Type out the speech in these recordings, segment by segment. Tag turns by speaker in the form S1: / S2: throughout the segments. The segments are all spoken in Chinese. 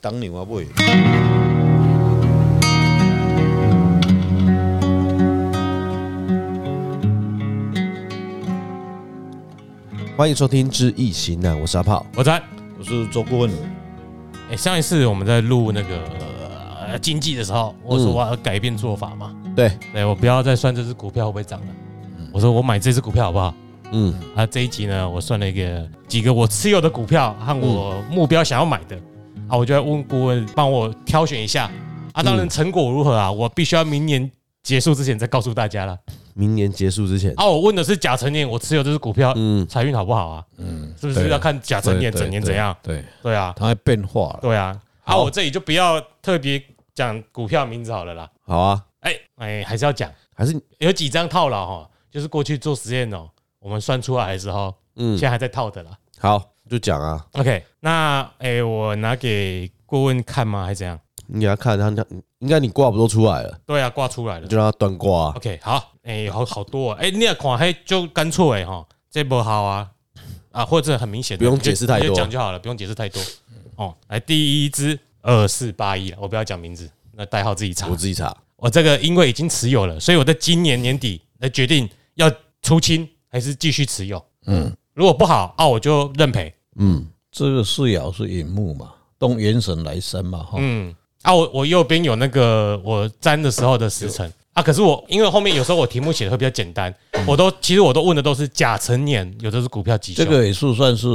S1: 当牛啊买。
S2: 欢迎收听《知易行难》，我是阿炮。
S3: 我在
S1: 我是周顾问，
S3: 哎、上一次我们在录那个、呃、经济的时候，我
S1: 嗯
S3: 说我要改变做法嘛，
S2: 对，
S3: 对我不要再算这只股票会不会涨了，
S1: 嗯
S3: 我说我买这只股票好不好？
S2: 嗯，
S3: 啊，这一集呢，我算了一个几个我持有的股票和
S1: 嗯
S3: 我目标想要买的，啊，我就要问顾问帮我挑选一下，
S1: 嗯
S3: 啊，当然成果如何啊，我必须要明年结束之前再告诉大家了。
S2: 明年结束之前，
S3: 啊，我问的是甲辰年我持有这只股票，
S2: 嗯，
S3: 财运好不好啊？
S1: 嗯，
S3: 是不是要看甲辰年
S1: 对
S3: 整年怎样？？
S1: 对，对对
S3: 对啊，
S1: 它变化了。
S3: 对啊，啊，我这里就不要特别讲股票名字好了啦。
S2: 好啊，
S3: 哎哎，还是要讲，
S2: 还是
S3: 有几张套牢哈，就是过去做实验哦，我们算出来的时候，
S2: 嗯
S3: 现，在还在套的啦。
S2: 好，就讲啊，
S3: OK，那哎，我拿给顾问看吗？还是怎样？
S2: 你给他看他，应该你挂不都出来了，
S3: 对啊，挂出来了
S2: 你。就让他断挂啊。
S3: OK，好，哎，好好多哦哎，你也看嘿，就干脆哎哈，这不好啊啊，或者很明显
S2: 不
S3: 的，
S2: 用解释太多嗯
S3: 你就你就讲就好了，不用解释太多。哦，来第一支二四八一，我不要讲名字，那代号自己查
S2: 我。自己查，
S3: 我哦这个因为已经持有了，所以我在今年年底来决定要出清还是继续持有。
S1: 嗯，
S3: 如果不好啊，我就认赔。
S2: 嗯，
S1: 这个四爻是寅木嘛，动元神来生嘛，哈，
S3: 嗯，啊，我我右边有那个我粘的时候的时辰啊，可是我因为后面有时候我题目写的会比较简单，
S1: 嗯
S3: 我都其实我都问的都是甲辰年有的是股票吉
S1: 这
S3: 凶，
S1: 个也是算是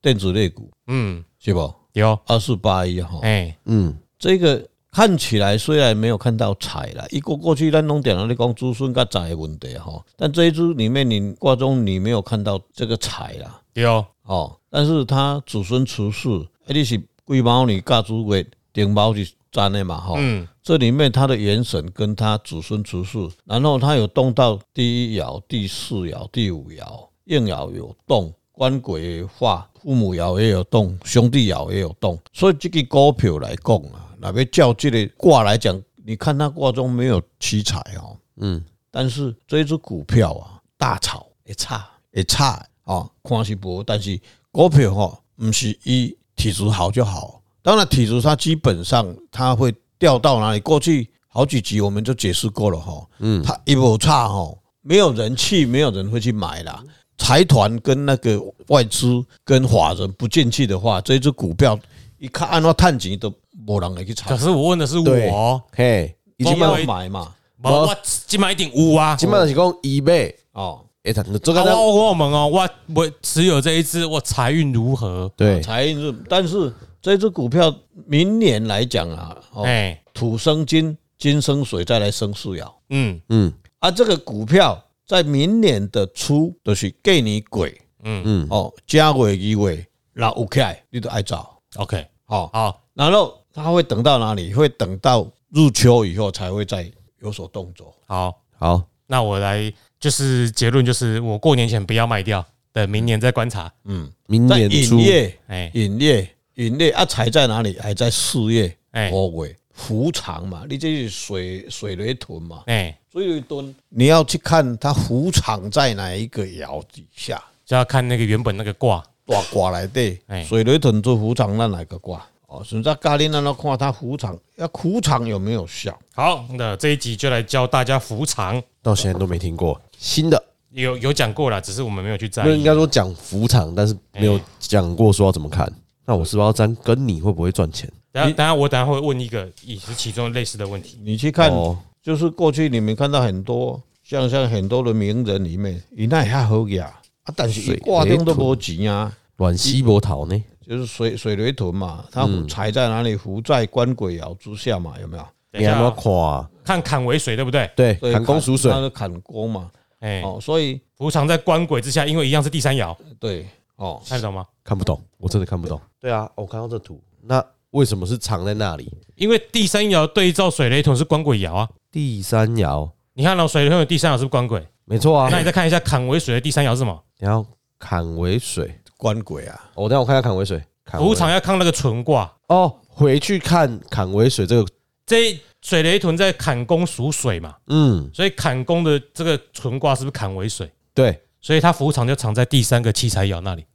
S1: 电子类股，
S3: 嗯，
S1: 是不？
S3: 有、
S1: 二四八一哈，
S3: 哎，
S2: 嗯，
S1: 这个看起来虽然没有看到财啦，一过过去咱拢点了你讲子孙跟财的问题哈，但这一支里面你卦中你没有看到这个财啦，
S3: 有、
S1: 哦，但是他子孙出世，啊你是贵猫女嫁猪月，顶猫是占的嘛哈，
S3: 嗯，
S1: 这里面他的元神跟他子孙出世，然后他有动到第一爻、第四爻、第五爻，应爻有动，官鬼化，父母爻也有动，兄弟爻也有动，所以这个股票来讲啊，那边照这个卦来讲，你看他卦中没有七彩哦，
S2: 嗯，
S1: 但是这一只股票啊，大炒会差会差哦，看是无，但是股票吼、哦，唔是伊体质好就好，当然体质它基本上它会掉到哪里？过去好几集我们就解释过了哈、哦，嗯，它一无差哈、哦，没有人气，没有人会去买啦。财团跟那个外资跟法人不进去的话，这只股票一看按照探钱都没人来去炒
S3: 可，是我问的是
S2: 对
S3: 我，
S2: 嘿，已
S3: 我
S2: 经
S3: 们
S2: 要
S1: 要买嘛，
S3: 我我今买一定有啊，
S2: 基本上是讲一倍，
S1: 哦，
S2: 哎，他这个
S3: 啊
S2: 呢，
S3: 我我我们哦，我我持有这一支，我财运如何？
S2: 对，
S1: 财运是，但是这只股票明年来讲啊，
S3: 哎、
S1: 哦，土生金，金生水，再来生四爻
S3: 嗯
S2: 嗯
S1: 啊。这个股票在明年的初，就是给你鬼
S3: 嗯
S2: 嗯，
S1: 哦，加尾一尾，然后起来，你都爱找
S3: ，OK，
S1: 哦。
S3: 好，
S1: 然后它会等到哪里？会等到入秋以后才会再有所动作。
S3: 好，
S2: 好，
S3: 那我来就是结论，就是我过年前不要卖掉，等明年再观察。
S1: 嗯，
S2: 明
S1: 在
S2: 年初
S1: 引，业，
S3: 哎
S1: 引业，引业啊，财在哪里？还在四月、
S3: 哎
S1: 五月，伏藏嘛，你这是水水雷屯嘛。
S3: 哎，
S1: 所以蹲，你要去看它虎场在哪一个爻底下，
S3: 就要看那个原本那个卦。
S1: 大卦来对
S3: 哎，
S1: 水雷屯做虎场那哪个卦？哦，所以在咖喱那那看它虎场，要虎场有没有效？
S3: 好，那这一集就来教大家伏藏，
S2: 到现在都没听过新的，
S3: 有有讲过了，只是我们没有去在
S2: 那应
S3: 意。
S2: 该说讲服场，但是没有讲过说要怎么看。那我是不是要沾跟你会不会赚钱？
S3: 等下等下我等下会问一个也是其中类似的问题。
S1: 你去看，
S2: 哦
S1: 就是过去你们看到很多，像像很多的名人里面，伊那也较好呀，啊，但是伊挂定都无钱啊，
S2: 阮西伯桃呢？
S1: 就是水水雷屯嘛，它财在哪里？虎在官鬼爻之下嘛，有没有？
S3: 等
S2: 你
S3: 一
S2: 还没
S3: 下
S2: 有看啊？
S3: 看坎为水，对不对？
S2: 对，
S1: 所以
S2: 砍工属水
S1: 它，是砍工嘛，
S3: 哎，
S1: 哦，所以
S3: 伏藏在官鬼之下，因为一样是第三爻，
S1: 对，哦，
S3: 看得懂吗？
S2: 看不懂，我真的看不懂。对啊，我看到这图，那为什么是藏在那里？
S3: 因为第三爻对照水雷屯是官鬼爻啊。
S2: 第三爻，
S3: 你看哦到水雷屯的第三爻是不是官鬼，
S2: 没错啊。
S3: 那你再看一下坎为水的第三爻是什么？
S2: 然后坎为水，哦
S1: 官鬼啊，
S2: 我、等一下我看一下坎为水。坎为
S3: 伏藏要看那个存卦，
S2: 哦，回去看坎为水这个，
S3: 这水雷屯在坎宫属水嘛，
S2: 嗯，
S3: 所以坎宫的这个存卦是不是坎为水？
S2: 对，
S3: 所以它伏藏就藏在第三个七彩爻那里。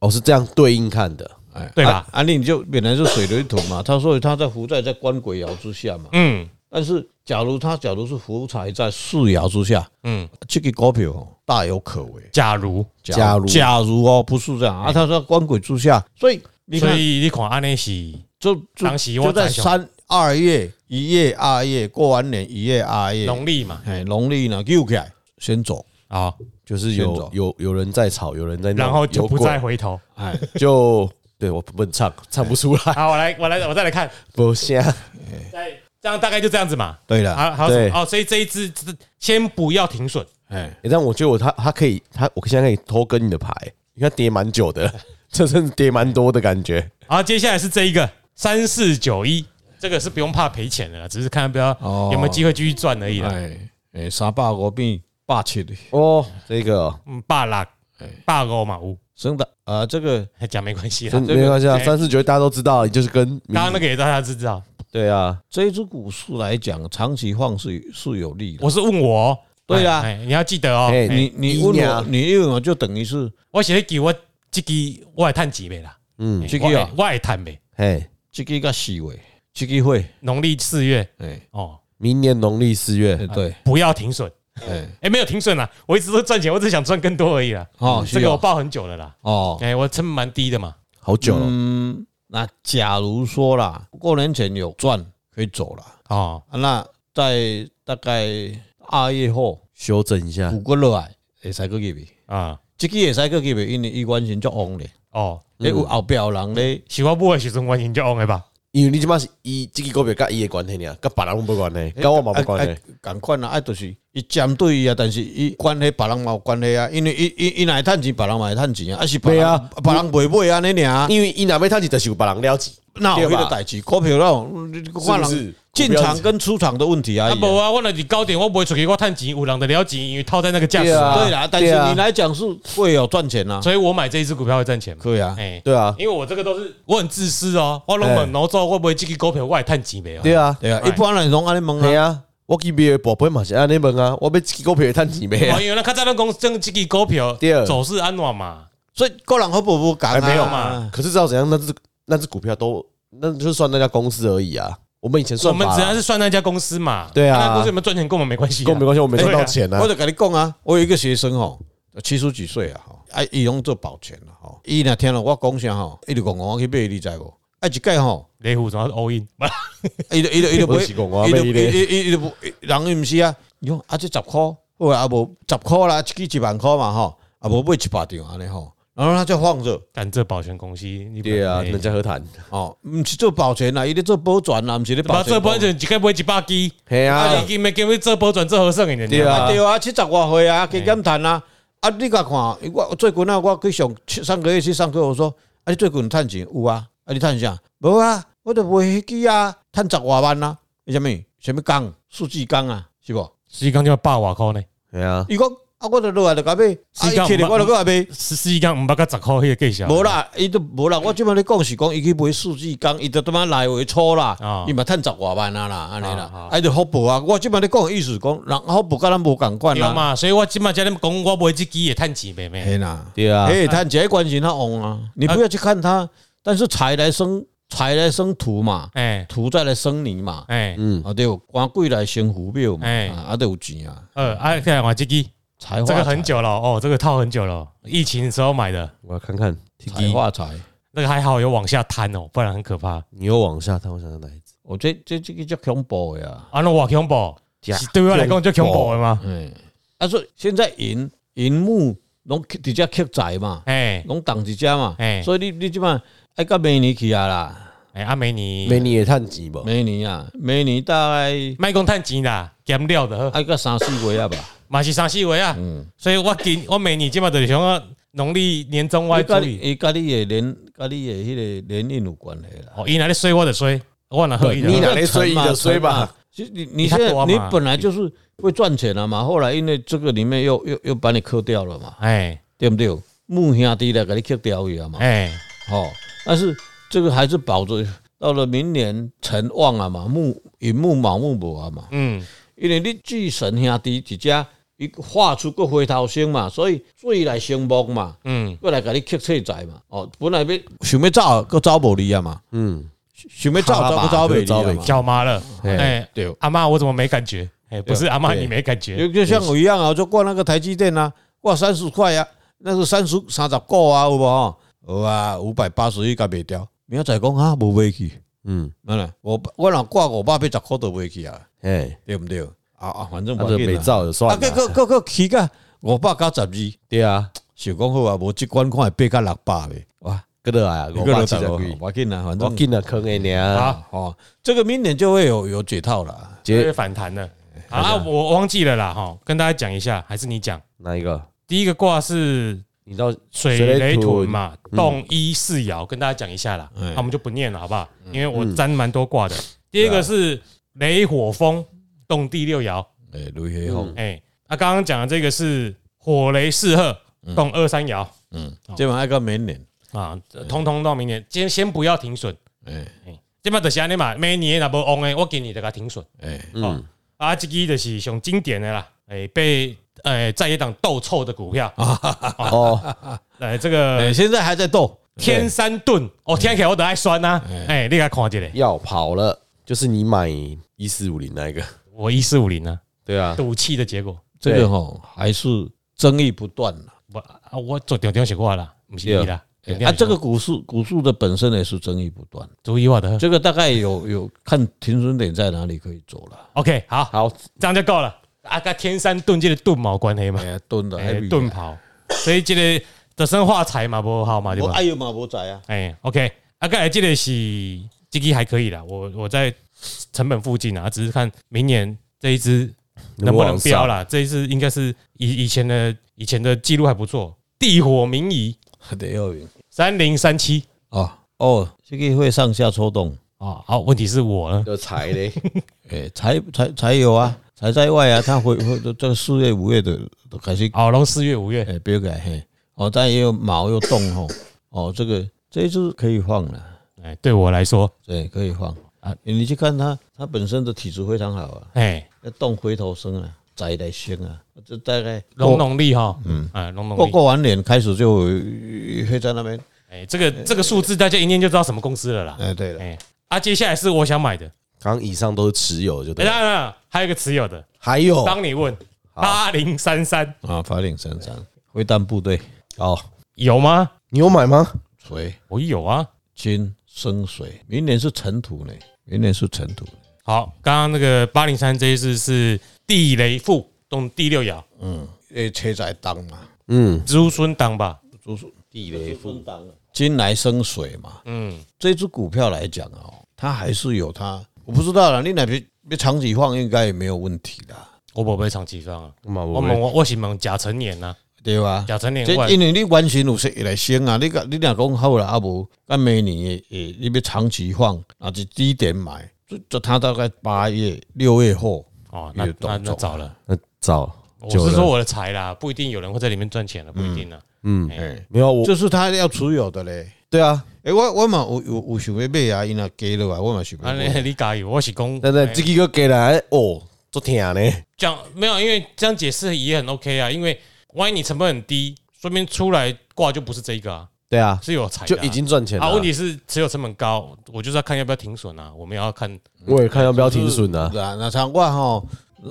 S2: 哦，是这样对应看的。
S1: 哎
S3: 对吧
S1: 啊安利你就本来是水雷桶嘛，他所以他在浮在在官鬼爻之下嘛。
S3: 嗯
S1: 但是假如他假如是浮财在四爻之下，
S3: 嗯，
S1: 这个股票哦大有可为。
S3: 假如，
S2: 假如
S1: 假如哦，不是这样啊，他说官鬼之下，所以你
S3: 嗯所
S1: 看，
S3: 以你看安内是
S1: 就就
S3: 当时我
S1: 就在
S3: 宰相
S1: 三二月一月二月过完年一月二月，
S3: 农历嘛，
S1: 哎，农历呢又来先走，
S3: 啊，
S2: 就是
S1: 先
S2: 有
S1: 走
S2: 有有人在吵，有人在闹，
S3: 然后就
S2: 有
S3: 不
S2: 鬼
S3: 再回头。
S1: 哎，
S2: 就对我不能唱，唱不出来，
S3: 啊好，我来，我来，我再来看，
S2: 不啊像
S3: 再这样大概就这样子嘛。
S1: 啊对了，
S3: 还还有什
S2: 对
S3: 么？哦，所以这一支这先不要停损，
S1: 哎，
S2: 欸但我觉得我他他可以，他我现在可以偷跟你的牌，你看跌蛮久的， 这阵子跌蛮多的感觉。
S3: 然啊后接下来是这一个三四九一，这个是不用怕赔钱的啦，只是看要不要
S1: 哦
S3: 有没有机会继续赚而已啦。
S1: 哎，哎，三百五变八七的，
S2: 哦，这个哦
S3: 嗯，霸啦
S1: 哎，
S3: 霸欧嘛五，
S1: 真的啊，这个
S3: 还讲没关系啦
S2: 真。
S1: 这个
S2: 没关系啊，
S3: 哎
S2: 三四九大家都知道，啊你就是跟
S3: 刚刚那个也大家知道，
S2: 对啊，
S1: 这一只股市来讲，长期放是是有利的。
S3: 我是问我哦，
S1: 对啊
S3: 哎，哎你要记得哦。
S2: 哎
S3: 哎
S1: 你你问
S2: 一年啊
S1: 我，你问我就等于是
S3: 我写的给我这个我会探几倍啦，
S2: 嗯
S3: 哎，
S1: 这个
S3: 我
S1: 啊
S3: 会我会探呗。
S2: 嘿，
S1: 这个个思维，这个会，
S3: 农历四月
S1: 哎，
S3: 哦，
S2: 明年农历四月
S1: 哎，对，
S3: 不要停损。
S1: 哎，
S3: 哎，没有停损啦，我一直都赚钱，我只想赚更多而已啦。嗯
S1: 哦，
S3: 这
S1: 是
S3: 个我
S1: 哦
S3: 报很久了啦，
S1: 哦，
S3: 哎，我成本蛮低的嘛。
S2: 好久了，
S1: 嗯，那假如说啦，过年前有赚可以走了，
S3: 哦，
S1: 啊那在大概二月后
S2: 修正一下
S1: 补，过落来，会使个入去，
S3: 啊，
S1: 这个会使个入去，因为伊完全足旺咧，
S3: 哦，
S1: 诶，有后壁有人咧，
S3: 喜欢不会许尊关心就哎 OK 吧。
S2: 因为你即马是伊这个股票跟伊的关系呢，跟别人无关系，跟我嘛无关系。
S1: 共款啊啊，啊就是伊针对伊啊，但是伊关系别人嘛有关系啊，因为伊伊伊若会趁钱，别人嘛会趁钱啊，啊是别
S2: 对
S1: 人
S2: 啊
S1: 别人袂买安尼尔。
S2: 因为伊若要趁钱，就是有别人了解，
S1: 啊那有迄
S2: 对吧
S1: 个代志，股票那种你
S2: 是
S1: 看
S2: 不
S1: 人
S2: 是
S1: 进场跟出场的问题而
S3: 啊，
S1: 已
S3: 无
S1: 啊。
S3: 啊，我若是高点，我不会出去，我趁钱，有人就了钱，因为套在那个价值
S2: 啊
S3: 嘛，
S1: 对啦，但是
S2: 对啊
S1: 你来讲是会有赚钱啊，
S3: 所以我买这一只股票会赚钱嘛。
S1: 可以啊。
S3: 哎，
S2: 对啊，
S3: 因为我这个都是我很自私哦，我拢问老做我不会这个股票我会趁钱没有？
S2: 对啊，
S1: 对啊，
S3: 哎
S1: 一般人拢安尼问
S2: 嘿
S1: 啊，
S2: 啊，我去买的宝贝嘛是安尼问啊，我要这个股票会趁钱未啊
S3: 哦，？因为那看在那公正这个股票
S2: 对
S3: 走势安暖嘛，
S1: 所以个人好不不讲啊，
S2: 哎没有
S3: 嘛
S2: 可是知道怎样，那只那只股票都那就算那家公司而已啊。我们以前
S3: 我
S2: 算
S3: 们
S2: 法
S3: 只要
S2: 啦
S3: 是算那家公司嘛，
S2: 对啊
S3: 那家公司有没有赚钱跟我们没关系啊，
S2: 跟我没关系，我没赚
S3: 对
S2: 到
S3: 啊
S2: 钱啊
S1: 我。就跟你讲啊，我有一个学生吼，七十几岁啊，吼，啊，伊拢做保全啊，吼，伊若听了我讲啥吼，伊就讲我去买，你知无？啊，一届吼，
S3: 雷虎总要是 all in，
S1: 伊就伊就伊就
S2: 我是讲我要
S1: 伊
S2: 买
S1: 就
S2: 你
S1: 伊
S2: 的
S1: 伊伊就不，人伊毋是啊，伊讲啊，这十箍，好啊，啊无十箍啦，一支一万箍嘛吼，啊无买一百张安尼吼，然后他就放着。
S3: 干这保全公司，你
S2: 对啊，
S3: 哎
S2: 人家何谈？
S1: 哦，毋是做保全啦，伊咧做保全啦，毋是咧
S3: 把
S2: 啊
S1: 保
S3: 这
S1: 全
S3: 保
S1: 公司。
S3: 全一个买一百支，
S2: 嘿
S3: 啊，
S2: 啊
S3: 你，今没给我这保全这合算的，
S2: 对啊
S1: 对啊，七十外岁啊，加减趁啊。啊，你甲看，我最近啊，我去上上个月去上课，我说，啊，你最近趁钱有啊？啊，你趁啥？无啊，我著卖迄支啊，趁十外万啊。为什物什物钢？数字钢啊，是无？
S3: 司机刚就要百外块呢，
S2: 嘿啊，
S1: 伊讲啊，我著落来著甲买，啊，
S3: 四
S1: 伊
S3: 天
S1: 去咧，
S3: 五百
S1: 我著甲买。
S3: 司司机刚五百个十块迄个计数，
S1: 无，啦，伊都无啦，我即摆咧讲是讲，伊去买数字工，伊都他妈来回粗啦
S3: 啊，
S1: 伊嘛趁十外万啊啦，安尼
S3: 啊
S1: 啦
S3: 啊，
S1: 啊伊就福报啊。我即摆咧讲的意思是讲，人福报甲咱无共款
S3: 对
S1: 啦，
S3: 嘛，所以我今嘛在恁讲，我买这支也趁钱呗咩？
S1: 嘿啦，
S2: 对啊，
S1: 嘿，趁钱关系他旺啊，你不要去看他，但是财来生，财来生土嘛，
S3: 哎
S1: 土再来生泥嘛，
S3: 哎
S2: 嗯，
S1: 啊对，官贵来生虎庙嘛，
S3: 哎
S1: 啊啊都有钱啊，
S3: 呃，啊，再来玩这支，
S1: 财
S3: 这
S1: 化
S3: 个很
S1: 财，
S3: 久了哦，这个套很久了，疫情的时候买的，
S2: 我要看看，
S1: 财化财，
S3: 那个还好有往下摊哦，不然很可怕。
S2: 你又往下探，我想想哪一只？
S1: 哦，这这这个叫恐怖的啊。
S3: 啊，那我恐怖，
S2: 假
S3: 是对我来讲就恐怖的吗？
S1: 嗯，啊，所以现在银银幕拢直接刻在嘛，
S3: 哎
S1: 拢挡一家嘛，
S3: 哎
S1: 所以你你即摆爱到明年去啊啦，
S3: 哎，阿美你
S2: 美女也探几吧？
S1: 明年啊，明年大概
S3: 卖讲趁钱啦，减料的，
S1: 爱到三四月啊吧，
S3: 嘛是三四月啊，
S1: 嗯，
S3: 所以我今我每年今嘛就是想要农历年中我要
S1: 伊甲
S3: 注意
S1: 你。伊甲你的年甲你的迄个年龄有关系啦，
S3: 哦，伊若咧衰我就衰，我若好伊
S2: 你
S3: 就
S2: 哪里衰你就衰吧，
S1: 其实你你
S3: 比较
S1: 现在
S3: 多嘛
S1: 你本来就是会赚钱了嘛，后来因为这个里面又又又把你扣掉了嘛，
S3: 哎
S1: 对不对？木兄弟来给你扣掉去啊嘛，
S3: 哎
S1: 哦，但是这个还是保着，到了明年辰旺啊嘛，木寅木卯木无啊嘛，
S3: 嗯
S1: 因为你聚神兄弟一家伊画出个回头星嘛，所以水来生木嘛，
S3: 嗯，
S1: 过来甲你吸车仔嘛。哦，本来要想要走，搁走无力啊嘛，
S2: 嗯，
S1: 想要走，
S2: 哈巴
S1: 走搁走
S2: 搁走不了
S1: 袂离啊嘛。
S3: 叫妈了，哎，
S1: 对，
S3: 阿妈我怎么没感觉？哎，不是阿妈
S2: 对
S3: 你没感觉，
S1: 就就像我一样啊，我就挂那个台积电啊，挂三十块啊，那是三十三十股啊，有无吼？有啊，五百八十一甲卖掉，明仔载讲啊，无卖去，
S2: 嗯，
S1: 嗯啦，我我若挂五百八十块都卖去啊，
S2: 哎，
S1: 对毋对？啊啊，反正
S2: 他就
S1: 无要紧
S2: 没
S1: 啦
S2: 照就
S1: 啊，
S2: 算
S1: 个
S2: 了，
S1: 个个个起个五百九十二，
S2: 对啊，
S1: 想讲好啊，无即款看会爬到六百咧，
S2: 哇，个落来啊，
S1: 一
S2: 五
S1: 个
S2: 百
S1: 六
S2: 七
S1: 十
S2: 十
S1: 五，
S2: 几，
S1: 我紧啊，反
S2: 我
S1: 正
S2: 进了坑诶娘，
S3: 好，
S1: 哦，这个明年就会有有解套了。
S3: 就
S2: 结
S3: 会反弹了。好啊，我忘记了啦，哈，跟大家讲一下，还是你讲。
S2: 哪一个？
S3: 第一个卦是
S2: 你到
S3: 水雷嗯屯嘛，动一四爻，跟大家讲一下啦，
S1: 哎
S3: 那我们就不念了，好不好？因为我沾蛮多卦的。第二个是雷火风，动第六爻，
S1: 哎，雷黑红，
S3: 哎，啊，刚刚讲的这个是火雷四合，动二三爻
S1: 嗯，这晚爱到明年，
S3: 啊，通通到明年，先先不要停损，
S1: 哎
S3: 这嘛就是安尼嘛，每年若无旺的，我给你这个停损。
S1: 哎，
S3: 哦
S2: 嗯，
S3: 啊，这个就是上经典的啦，哎，被哎在野党斗臭的股票，
S2: 哦，
S3: 哎，这个
S1: 哎，现在还在斗，
S3: 天山盾，哦，听起来我都爱酸呐，哎，你来看一下，
S2: 要跑了，就是你买一四五零那一个，
S3: 我一四五零呢，
S2: 对啊，
S3: 赌气的结果，
S1: 这个吼还是争议不断啦。
S3: 我啊，我做重点是我啦，不是你啦，重点
S1: 啊，
S3: 是
S1: 这
S3: 我
S1: 个股市股市的本身也是争议不断，
S3: 注意我的
S1: 这个大概有有看停损点在哪里可以走了。
S3: ，OK，好，
S2: 好，
S3: 这样就够了，啊，跟天山盾这个盾毛关系嘛
S1: 哎，呀，蹲的，
S3: 哎，盾跑，所以这个的生化财嘛不好嘛，对
S1: 我
S3: 吧？
S1: 哎呦嘛，无在啊，
S3: 哎，OK，啊，刚才这个是这个还可以啦，我我在成本附近啊，只是看明年这一支能不能标啦。这一支应该是以以前的以前的记录还不错，地火明夷
S1: 得要赢
S3: 三零三七
S1: 啊。哦，这个会上下抽动，
S3: 啊，好，问题是我呢，
S2: 有财 嘞，
S1: 哎、才才才有啊，才在外啊，他回回这个四月五月的都开始，
S3: 好，龙四月五月
S1: 哎、别改嘿，哦，但也有毛又动吼，哦，这个这一只可以放了，
S3: 哎，对我来说，
S1: 对，可以放
S3: 啊
S1: 啊，你去看它，它本身的体质非常好啊，
S3: 哎，
S1: 要动回头生啊，宅来生啊，这大概
S3: 龙农历哈，嗯，啊，龙
S1: 过
S3: 农历，
S1: 过完年开始就呃会在那边，
S3: 哎，这个这个数字大家一念就知道什么公司了啦，
S1: 哎、对了，
S3: 哎，啊，接下来是我想买的，
S2: 刚刚以上都是持有就
S3: 哎，
S2: 对了，
S3: 当然了还有一个持有的，
S2: 还有
S3: 当你问八零三三
S1: 啊，法领神山灰弹部队
S2: 哦，
S3: 有吗？
S2: 你有买吗？
S1: 水
S3: 我有啊。
S1: 金生水，明年是尘土呢，明年是尘土，
S3: 好，刚刚那个八零三这一次是地雷复动第六爻，
S1: 诶，车在当嘛。
S2: 嗯，
S3: 朱孙当吧？
S1: 就是
S2: 地雷
S1: 分档了，金来生水嘛。
S3: 嗯，
S1: 这只股票来讲哦，它还是有它，我不知道了。你哪边别长期放应该也没有问题的，
S3: 我宝贝长期放啊，
S2: 嘛
S3: 我们我我是问甲辰年呐，
S1: 对吧？
S3: 甲辰年
S1: 这
S3: 外
S1: 因为你完全有说会来升啊，你个你若讲好了啊无，咱明年诶诶，你要长期放，啊是低点买，就就它大概八月六月后，
S3: 哦，那
S1: 也懂
S3: 那那
S1: 懂
S3: 早了。
S2: 那早
S3: 我
S2: 久
S3: 是说
S2: 了，
S3: 我的财啦，不一定有人会在里面赚钱了，不一定啦。
S2: 嗯，
S1: 哎、
S2: 没有我，
S1: 就是它要持有的嘞。
S2: 对啊，
S1: 诶、我我嘛有有有想要买啊，因若加落来，我嘛想要
S3: 啊，
S1: 买。
S3: 你你加油，我是哎讲
S2: 但是这个给来哦，做疼呢，
S3: 讲没有，因为这样解释也很 OK 啊，因为万一你成本很低，说明出来挂就不是这一个啊，
S2: 对啊，
S3: 是有财的
S2: 就
S3: 啊
S2: 已经赚钱了
S3: 啊，
S2: 啊。
S3: 问题是持有成本高，我就是要看要不要停损啊，我们要看
S2: 我也看要不要停损啊，
S1: 对啊，那像我吼，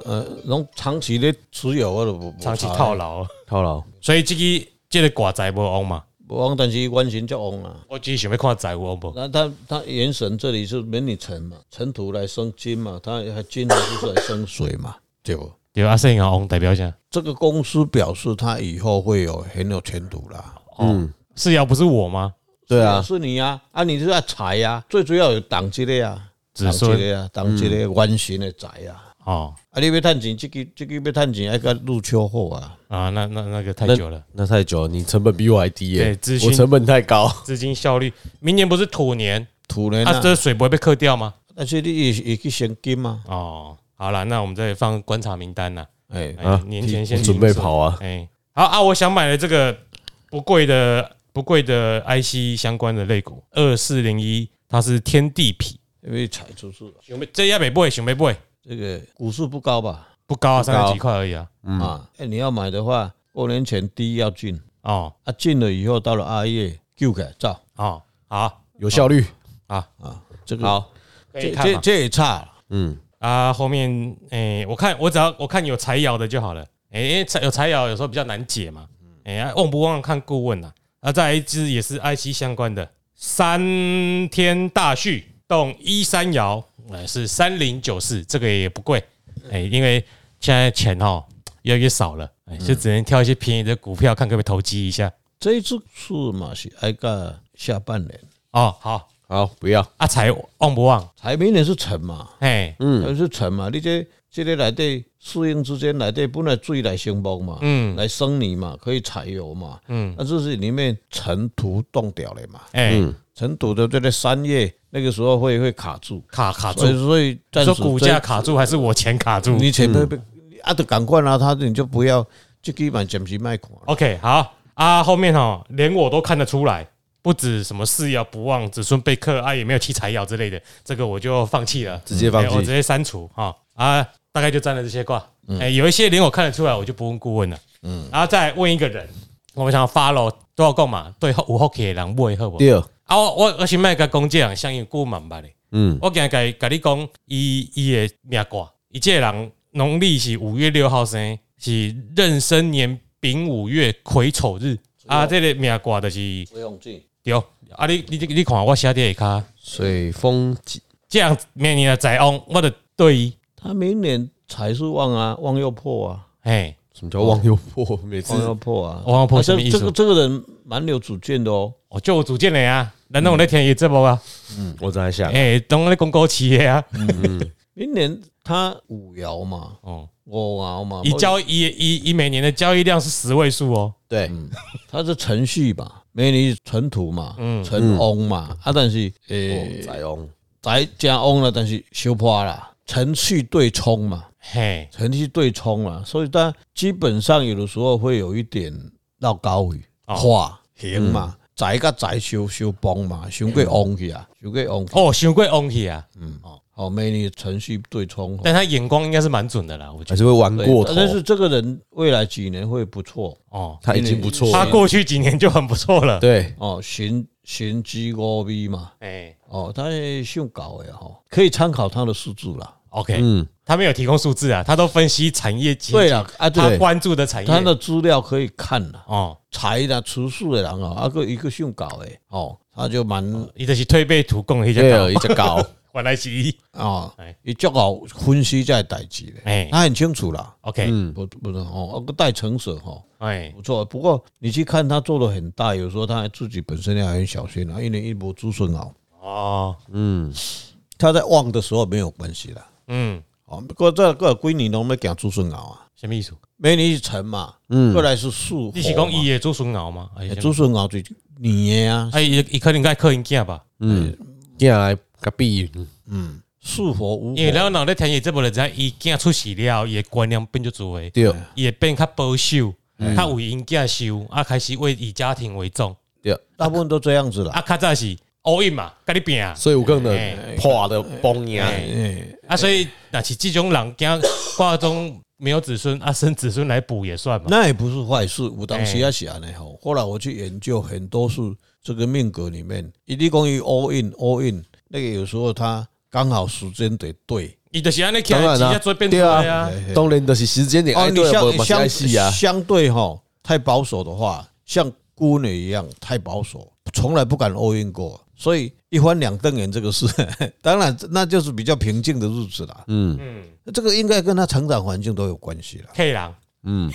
S1: 呃，拢长期咧持有我都无
S3: 长期套，牢。啊
S2: 套牢。
S3: 所以这个这个寡仔无旺嘛，
S1: 无讲，但是完全足旺啊。
S3: 我只是想要看仔有旺不？
S1: 那他他元神这里是美女尘嘛，尘土来生金嘛，它还金还是来生水嘛，对不？
S3: 对啊，摄影啊，旺代表啥？
S1: 这个公司表示它以后会有很有前途啦。
S3: 嗯，是要不是我吗？
S2: 对啊，
S1: 是你呀、啊，啊，你是要财呀、最主要有党这类啊，
S3: 子
S1: 党
S3: 孙嗯
S1: 这类啊，党这类完形的财呀、
S3: 哦
S1: 啊。啊，你要趁钱，这个这个要趁钱，要个入秋后啊，
S3: 啊，那那那个太
S2: 那
S3: 久了，
S2: 那太久了，你成本比我还低
S3: 对
S2: 耶
S3: 哎资，讯
S2: 我成本太高。
S3: 资金效率，明年不是土年，
S1: 土人
S3: 啊，
S1: 啊，
S3: 这水不会被克掉吗？
S1: 但是你也也去生金啊嘛，
S3: 哦，好了，那我们再放观察名单啦。
S1: 哎、
S3: 哎
S2: 啊
S3: 年前先
S2: 准备跑啊，
S3: 哎，好啊，我想买了这个不贵的不贵的 IC 相关的类股二四零一，它是天地匹，
S1: 因为财出事了。
S3: 想要这要买不会，想要不会，
S1: 这个股市不高吧？
S3: 不高啊，
S2: 不
S3: 三
S2: 高
S3: 十几块而已啊。
S1: 啊。哎，你要买的话，过年前第一要进
S3: 哦
S1: 啊，进了以后到了二月救改造
S3: 哦，好
S2: 有效率。
S1: 啊，这个
S2: 好，
S3: 可以
S1: 这
S3: 看
S1: 这
S3: 嘛
S1: 这也差了，
S2: 嗯，
S3: 啊。后面诶、我看我只要我看有柴窑的就好了。诶、因为柴有柴窑有时候比较难解嘛。
S1: 嗯
S3: 诶、啊忘不忘看顾问呐、啊。啊，再来一支也是 IC 相关的三天大旭动一三窑，呃是三零九四，这个也不贵。诶、因为现在钱哦越来越少了，诶
S1: 嗯
S3: 就只能挑一些便宜的股票，看可不可以投机一下。
S1: 这一次是嘛是挨个下半年，
S3: 哦，好，
S2: 好，不要，
S3: 阿财旺不旺？
S1: 财明年是沉嘛，
S3: 哎，
S1: 嗯，是沉嘛，你这这个内底适应之间内底本来水来生木嘛，
S3: 嗯
S1: 来生泥嘛，可以采油嘛，
S3: 嗯，
S1: 那这是里面尘土冻掉了嘛，
S3: 哎，
S1: 尘土的这个三月那个时候会会卡住，
S3: 卡卡住
S1: 所以，所以
S3: 你
S1: 暂时
S3: 啊说股
S1: 这
S3: 价卡住还是我钱卡住嗯
S1: 你前面被啊，就赶快拿它，你就不要就基本暂时卖看了。
S3: ？OK，好啊，后面哦，连我都看得出来，不止什么四爻不忘、子孙被克啊，也没有七财爻之类的，这个我就放弃了，
S2: 直接放
S3: 哎我
S2: 弃。
S3: 直接删除哈啊，大概就占了这些卦。
S2: 嗯
S3: 哎，有一些连我看得出来，我就不问顾问了。嗯，然后再问一个人，我们想要 follow 都要讲嘛，对后有好奇的人问好不好？
S2: 第二，
S3: 啊，我我我是卖甲讲这人相信顾问捌的。
S2: 嗯，
S3: 我今日甲甲你讲，伊伊的命卦，伊这个人农历是五月六号生，是壬申年丙午月癸丑日啊。这个命卦就是
S1: 不用进
S3: 对啊你，你你你看我写伫下骹，
S2: 水风机
S3: 这样明年的财旺，我就对伊
S1: 他明年财是旺啊，旺又破啊，
S3: 嘿，
S2: 什么叫忘忧
S3: 哦
S2: 破？每次
S1: 旺又破啊，
S3: 旺又破
S1: 啊
S3: 什么
S1: 这
S3: 意思
S1: 这个这个人蛮有主见的哦，
S3: 我就有主见的啊。难道我那天也这么啊？
S2: 嗯我正在想，
S3: 哎，当我咧讲枸杞的啊，
S1: 明年他五爻嘛，
S3: 哦，
S1: 五爻嘛，
S3: 伊交伊伊伊每年的交易量是十位数哦，
S2: 对，
S1: 他是辰戌嘛，明年是辰土嘛，
S3: 嗯
S1: 辰翁嘛，啊，但是
S3: 哦
S1: 诶，
S2: 宰哦翁，
S1: 财加翁啊了，但是修破啦，辰戌对冲嘛，
S3: 嘿，
S1: 辰戌对冲啦，所以它基本上有的时候会有一点绕高语
S3: 哦嗯
S1: 化行嘛，宅甲宅修修崩嘛，伤过旺去啊，伤过旺去。哦
S3: 哦，伤过旺去啊，
S1: 好，美女程序对冲，
S3: 但他眼光应该是蛮准的啦，我觉
S2: 还
S3: 得
S2: 是会玩过头。
S1: 但是这个人未来几年会不错
S3: 哦。
S2: 他已经不错
S3: 他
S2: 了，
S3: 过去几年就很不错了。
S2: 对，
S1: 哦，行行之高 V 嘛，
S3: 哎
S1: 哦，他也姓搞的哈，可以参考他的数字啦。
S3: ，OK，
S2: 嗯，
S3: 他没有提供数字啊，他都分析产业经济
S1: 对啦，啊，
S3: 他
S1: 对，
S3: 关注的产
S1: 他
S3: 业。
S1: 的资料可以看啦，
S3: 哦，
S1: 财啦、厨师的人啊，啊个一个姓搞的哦，他就蛮
S3: 伊就是推背图供迄
S2: 对啊了，
S3: 只狗，
S2: 一直搞，
S3: 原来是伊。
S1: 啊
S3: 哎，
S1: 伊足好分析这代志的，
S3: 哎
S1: 他很清楚啦。
S3: ，OK，
S2: 嗯，
S1: 不不是哦，啊个戴成舍哈，
S3: 哎，
S1: 不错。不过你去看他做的很大，有时候他自己本身要很小心啊，因为一波子孙啊，
S3: 哦，
S2: 嗯
S1: 他在旺的时候没有关系啦。
S3: 嗯，
S1: 哦，不过这个归你拢要讲子孙爻啊，
S3: 什么意思？
S1: 每年一层嘛，嗯，过来是树，
S3: 你是讲伊的祖孙熬吗？还是什么
S1: 哎子孙爻就是你的啊，
S3: 啊，伊伊可能该靠因囝吧，
S2: 嗯接哎下来隔壁，
S1: 树火无
S3: 因为
S1: 火，
S3: 咱脑咧听伊节目咧知道，伊囝出事了，伊的观念变就做诶，
S2: 对
S3: 伊会变较保守，较为因囝想，啊，开始为以家庭为重，
S2: 对，
S1: 大部分都这样子啦。
S3: 啊，较早是 all in 嘛，甲你拼啊。
S2: 所以有可
S3: 哎
S2: 能破的崩呀，
S3: 啊，所以那是这种人惊挂钟没有子孙啊，生子孙来补也算嘛。
S1: 那也不是坏事，我当时也是安尼
S3: 哎
S1: 吼。后来我去研究，很多是这个命格里面，一定讲于 all in all in，那个有时候他刚好时间得对，
S3: 伊就是安尼起
S2: 当
S3: 来，
S2: 然
S3: 直接
S2: 啦
S3: 做，变出
S2: 对
S3: 来啊
S2: 啊。，当然就是时间点，
S1: 哦，
S2: 哎，
S1: 你
S2: 对啊，不
S1: 相
S2: 嘛是爱
S1: 相
S2: 戏啊，
S1: 相对哈太保守的话，像姑女一样太保守，从来不敢 all in 过，所以一翻两瞪眼这个事，当然那就是比较平静的日子啦。
S2: 嗯
S3: 嗯，
S1: 这个应该跟他成长环境都有关系啦。
S3: K 人，
S2: 嗯，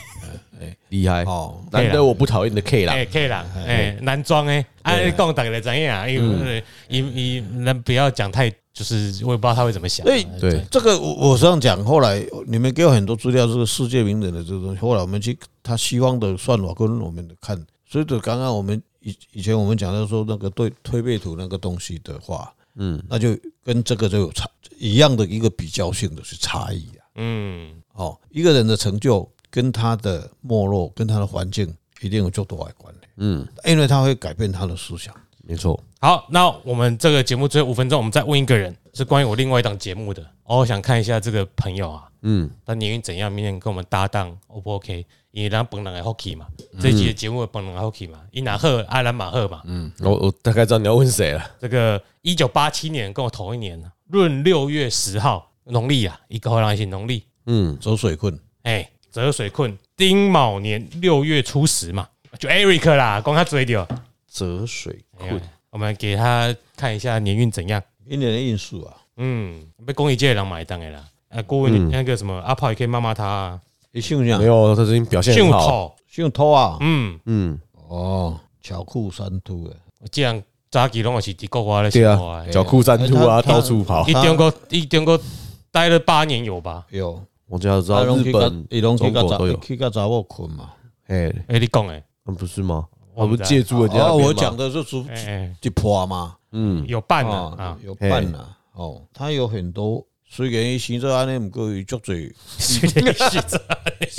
S2: 厉害，
S1: 哦，
S2: 难得我不讨厌的 K 啦，
S3: 哎，K 人，哎，男装哎，啊，你讲大家就知影啊，因
S2: 嗯
S3: 为伊伊咱不要讲太，就是我也不知道他会怎么
S2: 哎
S3: 想。
S1: 所以
S2: 对，
S1: 这个我我这样讲，后来你们给我很多资料，这个世界名人的这个东西，后来我们去他西方的算法跟我们的看，所以就刚刚我们以以前我们讲到说那个对推背图那个东西的话，嗯，那就跟这个就有差一样的一个比较性的是差异啊。
S3: 嗯，
S1: 哦，一个人的成就跟他的没落跟他的环境一定有较多的关联，
S2: 嗯，
S1: 因为他会改变他的思想。
S2: 没错，
S3: 好，那我们这个节目最后五分钟，我们再问一个人，是关于我另外一档节目的。哦，我想看一下这个朋友啊，
S2: 嗯，
S3: 那年运怎样？明年跟我们搭档，O 不 OK？因为咱本人的 hockey 嘛，这一集的节目的本人 hockey 嘛，伊拿赫阿兰马赫嘛，
S2: 嗯，我我大概知道你要问谁了。
S3: 这个一九八七年跟我同一年，啊闰六月十号，农历啊，一个后浪一起农历，
S2: 嗯，
S1: 走水困，
S3: 哎，泽水困丁卯年六月初十嘛，就 Eric 啦，光他嘴掉，
S2: 折水
S3: 哎呀我们给他看一下年运怎样。
S1: 一年的运数啊，
S3: 嗯，被公益界的人买单的啦。啊，顾
S1: 嗯
S3: 问，那个什么阿炮也可以骂骂他啊，
S1: 你姓啥
S2: 没？有，他最近表现很好。
S3: 头，
S1: 姓偷啊？
S3: 嗯，
S2: 嗯，
S1: 哦，巧库三突诶，
S3: 我这样早期拢是伫国外咧
S2: 对
S3: 生活
S2: 啊，
S3: 的，
S2: 脚裤三秃啊，
S1: 哎他
S2: 到处跑
S3: 一。中国一中国待了八年有吧？
S1: 有，
S2: 我只要知道
S1: 啊拢
S2: 日
S1: 去甲
S2: 本、
S1: 伊拢去
S2: 中
S1: 甲
S2: 国
S1: 查
S2: 都有。
S1: 去甲查某困嘛。
S2: 哎，
S3: 哎，你讲诶，
S2: 嗯不是吗？
S3: 我
S2: 我不
S3: 不知道
S2: 借助人家那
S1: 哦，
S2: 边吗。
S1: 我讲的是主
S3: 哎哎，
S1: 一破嘛，
S2: 嗯，
S3: 有办啊
S1: 啊
S3: 啊，，
S1: 有办啊，哦，他有很多，虽然伊生做安尼，毋过伊足侪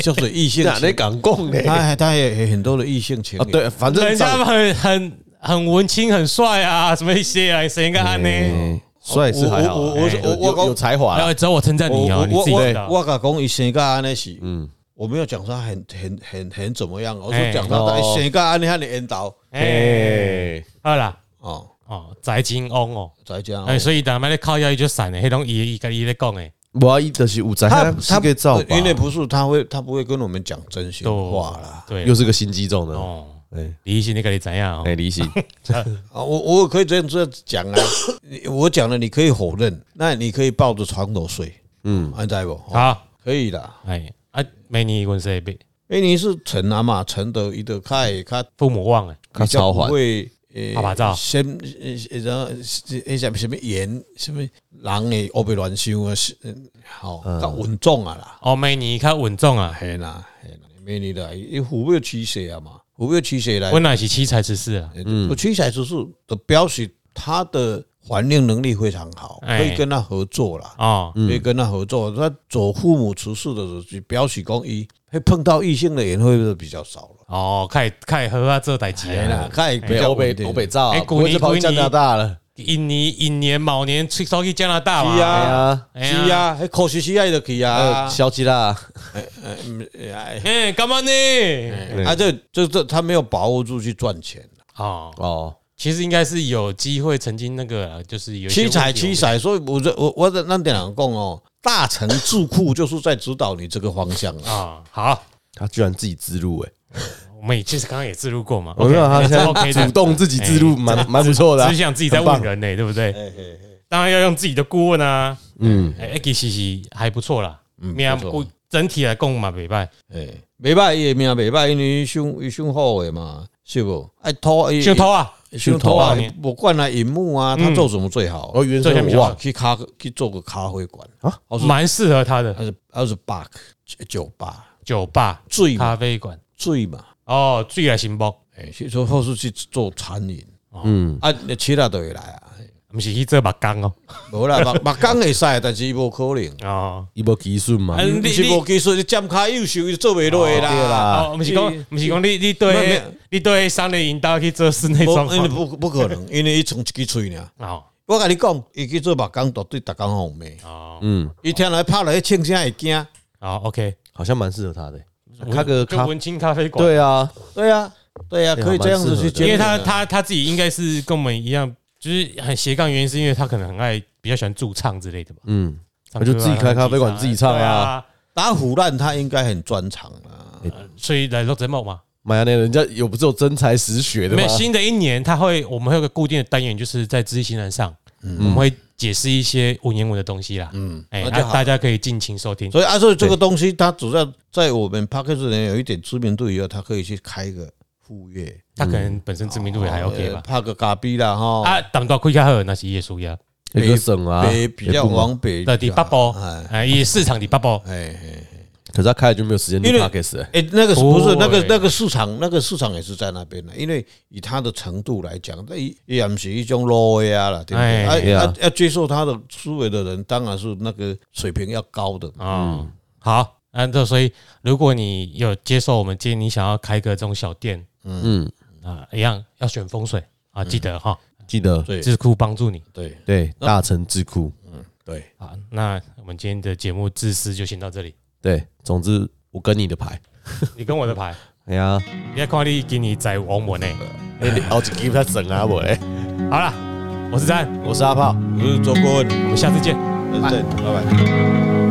S1: 足侪异性
S2: 哪里
S1: 情，
S2: 敢讲呢？
S1: 他还他也有很多的异性情
S2: 啊，对，反正
S3: 人
S2: 长
S3: 家很很很文青，很帅啊，什么一些啊，谁敢按呢？
S2: 哎帅是还好，
S1: 我我
S2: 哎
S1: 我我
S2: 有
S1: 我
S2: 有有才华啦。
S3: 哎，只有我称赞
S1: 我
S3: 你哦，你
S1: 我
S3: 自己知道
S1: 我我甲讲伊生甲安尼是，
S2: 嗯，
S1: 我没有讲他很很很很怎么样，我
S3: 哎
S1: 是讲他
S2: 哦
S1: 他生甲安尼遐尼缘投
S3: 哎，好啦，
S1: 哦，
S3: 哦，宅金翁哦，
S1: 再讲
S3: 哎，所以大麦咧靠腰伊就散了，黑龙伊伊跟伊咧讲诶，
S2: 我一啊就是有才，他是个造吧，
S1: 因为不是他会他不会跟我们讲真心话啦。
S3: 对，
S2: 又是个心机重的。
S3: 哦，
S2: 哎
S3: 李欣，你跟你怎样哦？
S2: 哎， 李行，
S1: 啊，我我可以这样这样 讲啊，你我讲了你可以否认，那你可以抱着床头睡，
S2: 嗯，
S1: 安在不？哦
S3: 好，
S1: 可以的。
S3: 哎啊，每年问谁被
S1: 哎，你是陈啊嘛，陈的伊的开他
S3: 父母忘了，
S1: 比
S2: 他
S1: 较
S2: 超
S1: 不
S2: 缓，
S1: 会。呃
S3: 拍拍照
S1: 先呃然后一什么什么盐，什么人诶，乌白乱想啊，是嗯好，较稳重啊啦，
S3: 哦，每年较稳重啊，
S1: 嘿啦嘿啦，美女的，伊虎尾起势啊嘛，虎尾起势来
S3: 我，那是七彩之事啊，
S1: 嗯，七彩指数的标示，他的反应能力非常好，
S3: 哎
S1: 可以跟他合作啦，
S3: 哦，
S1: 可以跟他合作。他走父母厨事的时候，就表示讲伊会碰到异性的人会不会比较少了？
S3: 哦，开开喝啊，这代志
S1: 哎
S3: 啊
S1: 啦，，看比
S2: 北
S1: 较
S2: 欧北
S1: 稳定
S2: 欧北照啊
S3: 哎，
S2: 不会是跑去加拿大了？
S3: 印尼印年卯年去到去加拿大嘛，
S1: 是
S2: 哎
S1: 啊
S2: 呀，呃
S3: 哎呀
S1: 是，啊，迄可惜是爱就去啊，
S2: 消极啦，
S1: 哎
S3: 哎，干嘛呢？呃
S1: 哎啊，这这这他没有把握住去赚钱。
S3: 哦，
S2: 哦，
S3: 其实应该是有机会曾经那个啊，就是有一些
S1: 七彩
S3: 问题
S1: 七彩，所以我这我我在那点讲哦，大成智库就是在指导你这个方向啊。
S3: 啊，好。
S2: 他居然自己自入哎，
S3: 我们也其实刚刚也自录过嘛，
S2: 我没有，他啊
S3: OK，
S2: 现
S3: 这 OK
S2: 在
S3: 的
S2: 主动自己自
S1: 哎
S2: 入，蛮蛮不错的啊
S3: 只是。想自己在
S2: 很
S3: 问
S2: 棒
S3: 人呢、对不对？当然要用自己的顾问啊。
S2: 嗯，
S3: 哎、其实是还不错啦。
S1: 嗯
S3: 面
S1: 不错
S3: 顾整体来讲嘛，袂歹。
S1: 诶，袂歹伊诶命袂歹，因为伊伤伊伤好诶嘛，是无？爱拖伊
S3: 小偷啊，
S1: 伤拖啊
S3: 想讨啊！
S1: 无管啊，荧幕啊，他
S3: 嗯
S1: 做什么最好？
S2: 哦，原
S3: 这下
S2: 生
S3: 面
S2: 我
S3: 想
S1: 哇
S2: 忘，
S1: 去咖去做个咖啡馆，
S2: 哦
S1: 我是
S3: 蛮适合他的
S2: 嗯
S1: 还是还是 bar 酒吧
S3: 酒吧、
S1: 醉嘛
S3: 咖啡馆。
S1: 醉嘛？
S3: 哦，最来行不？
S1: 诶，去做或是去做餐饮
S2: 嗯，
S1: 啊，你其他都会来啊。
S3: 不是去做目工哦。
S1: 无啦，目目讲会使，但是伊无可能。
S3: 哦，
S2: 一波技术嘛
S3: 啊，你
S1: 你是无技术，你占卡优秀，伊做袂落的
S2: 对
S1: 啦。
S2: 啦，
S3: 哦，不是
S2: 啊
S3: 讲，不是讲你你
S1: 没
S3: 对
S1: 有没，
S3: 你对商业引导去做室内
S2: 哦
S3: 装
S1: 不，因为
S3: 潢。
S1: 不不可能，因为伊从一支喙尔。
S3: 哦
S1: 我甲你讲，伊去做目工，绝对逐工红面。
S3: 哦
S2: 嗯，
S1: 伊听来拍来，呛声会惊。
S3: 哦，OK，
S2: 好像蛮适合他的，开个
S3: 嗯就
S2: 咖，
S3: 文青咖啡馆。
S2: 对啊，
S1: 对呀、啊，对呀、啊，
S2: 对啊
S1: 可以这样子
S2: 蛮适
S1: 去
S2: 合的
S1: 经
S3: 因
S1: 营
S3: 为
S1: 啊
S3: 他他他自己应该是跟我们一样，就是很斜杠，原因是因为他可能很爱比较喜欢驻唱之类的吧。啊
S2: 嗯，
S3: 他
S2: 就自己开咖啡馆自己唱啊
S1: 打虎烂，他应该很专长啊。
S3: 所以来到节目嘛，
S2: 妈啊呀，那人家有不是有真才实学的
S3: 没
S2: 吗
S3: 有？新的一年，他会我们会有个固定的单元，就是在知识新人上，我们会解释一些文言文的东西啦。嗯，哎，
S1: 那就
S3: 那
S1: 好
S3: 大家可以尽情收听。
S1: 所以啊，所以这个东西，它主要在我们 p a c k a g e 人有一点知名度以后，它可以去开一个副业，
S3: 他
S1: 呃
S3: 可能本身知名度也还
S1: 哦
S3: OK 吧。
S1: 拍个咖啡啦哈，
S3: 啊，等到开开后那是耶稣呀，
S2: 一个省啊，
S1: 北比较
S2: 也不忙，
S1: 往北
S3: 那第八
S1: 包，
S3: 波
S1: 哎，
S3: 哎，也市场第八波，
S1: 哎哎
S2: 可是他开了就没有时间录
S1: 因为
S2: podcast 了。
S1: 哎，那个是
S3: 不
S1: 不
S3: 会
S1: 是那个那个市场，那个市场也是在那边的，因为以它的程度来讲，它也也不是一种 low 呀了，对不
S3: 哎
S1: 对？
S2: 对
S1: 啊
S2: 啊
S1: 啊，要接受他的思维的人，当然是那个水平要高的嘛。
S3: 嗯，好，那这所以如果你有接受我们建议，你想要开个这种小店
S2: 嗯，
S3: 啊，一样要选风水啊，记得哈，
S2: 记得
S1: 对
S3: 智库帮助你。
S1: 对，
S2: 对大成智库，
S1: 对，
S3: 啊，那我们今天的节目自私就先到这里。
S2: 对，总之我跟你的牌。
S3: 你跟我的牌，
S2: 哎呀，
S3: 你要看你给你在王文呢。
S2: 你你后一集他整啊我嘞，
S3: 好了，我是詹，
S2: 我是阿炮。
S1: 我是周国文，
S3: 我们下次见。
S1: 认真，拜拜。